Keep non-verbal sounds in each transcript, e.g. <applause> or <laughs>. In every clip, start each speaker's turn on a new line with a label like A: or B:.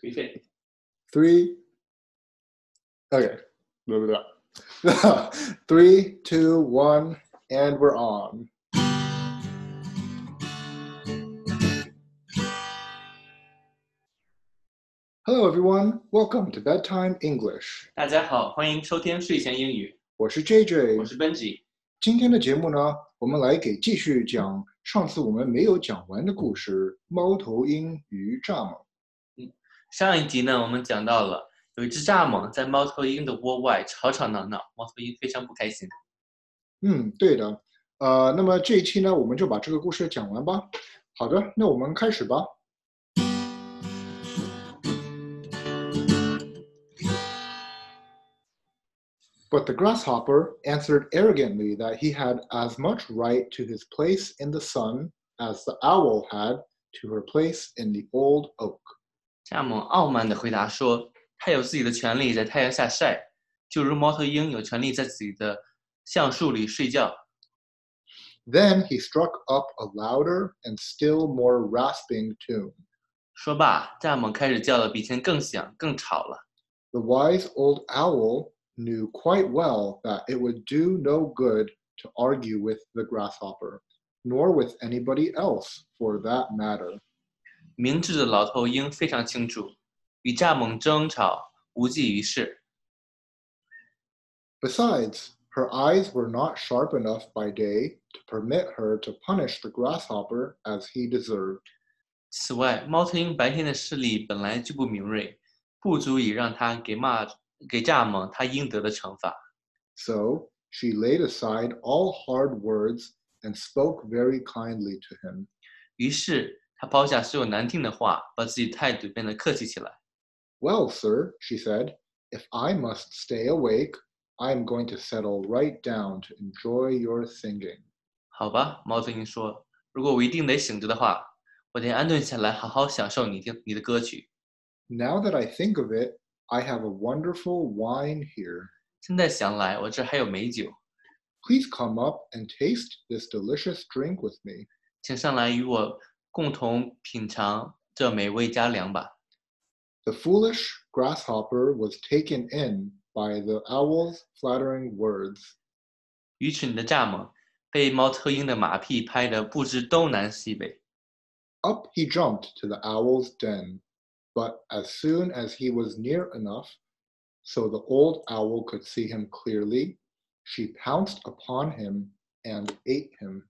A: three feet.
B: Three. Okay. Blah, blah, blah. <laughs> Three, two, one, and we're on. Hello, everyone. Welcome to Bedtime English.
A: 大家好，欢迎收听睡前英语，
B: 我是
A: 我
B: JJ。
A: 是 Benji。
B: 今天的节目呢，我们来给继续讲上次我们没有讲完的故事——猫头鹰与蚱蜢。
A: 上一集呢，我们讲到了有一只蚱蜢在猫头鹰的窝外吵吵闹闹，猫头鹰非常不开心。
B: 嗯，对的。呃，那么这一期呢，我们就把这个故事讲完吧。好的，那我们开始吧。But the grasshopper answered arrogantly that he had as much right to his place in the sun as the owl had to her place in the old oak.
A: 蚱蜢傲慢地回答说：“它有自己的权利在太阳下晒，就如猫头鹰有权利在自己的橡树里睡觉。
B: Then he struck up a louder and still more rasping tune. ”
A: 说罢，蚱蜢开始叫得比以前更响、更吵了。
B: The wise old owl knew quite well that it would do no good to argue with the grasshopper, nor with anybody else for that matter.
A: 明智的老头鹰非常清楚，与蚱蜢争吵无济于事。
B: Besides, her eyes were not sharp enough by day to permit her to punish the grasshopper as he deserved.
A: 此外，猫头鹰白天的视力本来就不敏锐，不足以让它给骂给蚱蜢它应得的惩罚。
B: So she laid aside all hard words and spoke very kindly to him.
A: 于是，它抛下所有难听的话，把自己态度变得客气起来。
B: Well, sir, she said, if I must stay awake, I am going to settle right down to enjoy your singing.
A: 好吧，猫头鹰说：“如果我一定得醒着的话，我得安顿下来，好好享受你的你的歌曲。
B: Now that I think of it, I have a wonderful wine here.
A: 现在想来，我这儿还有美酒，
B: Please come up and taste this delicious drink with me.
A: 请上来与我共同品尝这美味佳肴吧。”
B: The foolish grasshopper was taken in by the owl's flattering words.
A: 愚蠢的蚱蜢被猫头鹰的马屁拍得不知东南西北。
B: Up he jumped to the owl's den, but as soon as he was near enough, so the old owl could see him clearly, she pounced upon him and ate him.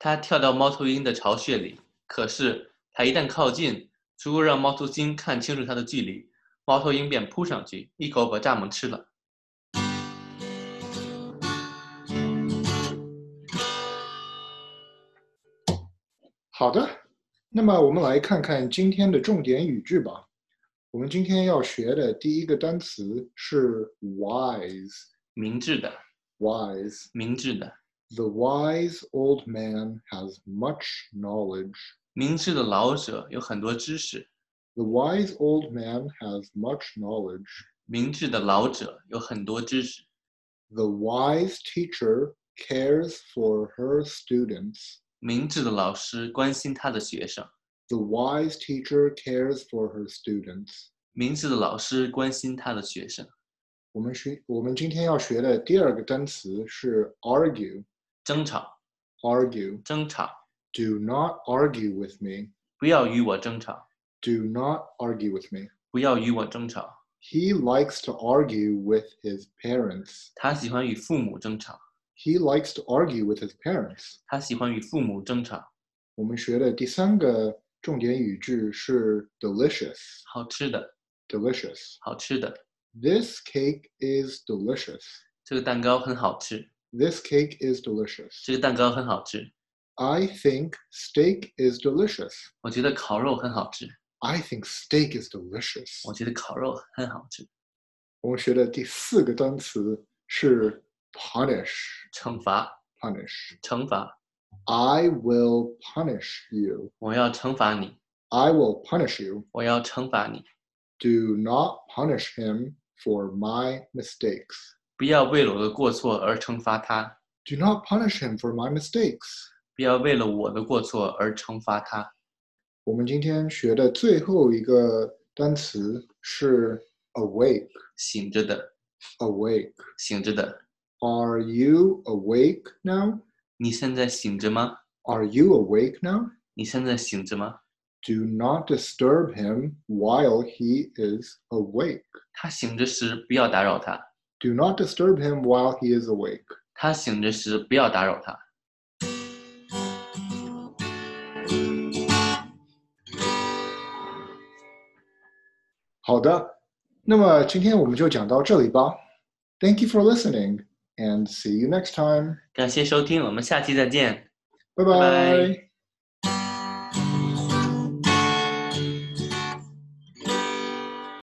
A: 它跳到猫头鹰的巢穴里，可是它一旦靠近，足够让猫头鹰看清楚它的距离，猫头鹰便扑上去，一口把蚱蜢吃了。
B: 好的，那么我们来看看今天的重点语句吧。我们今天要学的第一个单词是 wise，wise。
A: 明智的，明智的，
B: The wise old man has much knowledge.
A: 明智的老者有很多知识，
B: The wise old man has much knowledge.
A: 明智的老者有很多知识。
B: The wise teacher cares for her students.
A: 明智的老师关心他的学生，
B: The wise teacher cares for her students.
A: 明智的老师关心他的学生。
B: 我们学我们今天要学的第二个单词是 argue.
A: 争吵，
B: Argue.
A: 争吵，
B: Do not argue with me.
A: 不要与我争吵，
B: Do not argue with me.
A: 不要与我争吵。
B: He likes to argue with his parents.
A: 他喜欢与父母争吵，
B: He likes to argue with his parents.
A: 他喜欢与父母争吵。
B: 我们学的第三个重点语句是 delicious.
A: 好吃的，
B: Delicious.
A: 好吃的，
B: This cake is delicious.
A: 这个蛋糕很好吃，
B: This cake is delicious.
A: 这个蛋糕很好吃，
B: I think steak is delicious.
A: 我觉得烤肉很好吃，
B: I think steak is delicious.
A: 我觉得烤肉很好吃。
B: 我们学的第四个单词是 punish.
A: 惩罚，
B: Punish.
A: 惩罚，
B: I will punish you.
A: 我要惩罚你，
B: I will punish you.
A: 我要惩罚你，
B: Do not punish him for my mistakes.
A: 不要为了我的过错而惩罚他，
B: Do not punish him for my mistakes.
A: 不要为了我的过错而惩罚他。
B: 我们今天学的最后一个单词是 awake,
A: 醒着的，
B: awake.
A: 醒着的。
B: Are you awake now?
A: 你现在醒着吗？
B: Are you awake now?
A: 你现在醒着吗？
B: Do not disturb him while he is awake.
A: 他醒着时不要打扰他，
B: Do not disturb him while he is awake.
A: 他醒着时不要打扰他。
B: 好的，那么今天我们就讲到这里吧。Thank you for listening, and see you next time.
A: 感谢收听，我们下期再见。
B: Bye bye.
A: Bye-bye.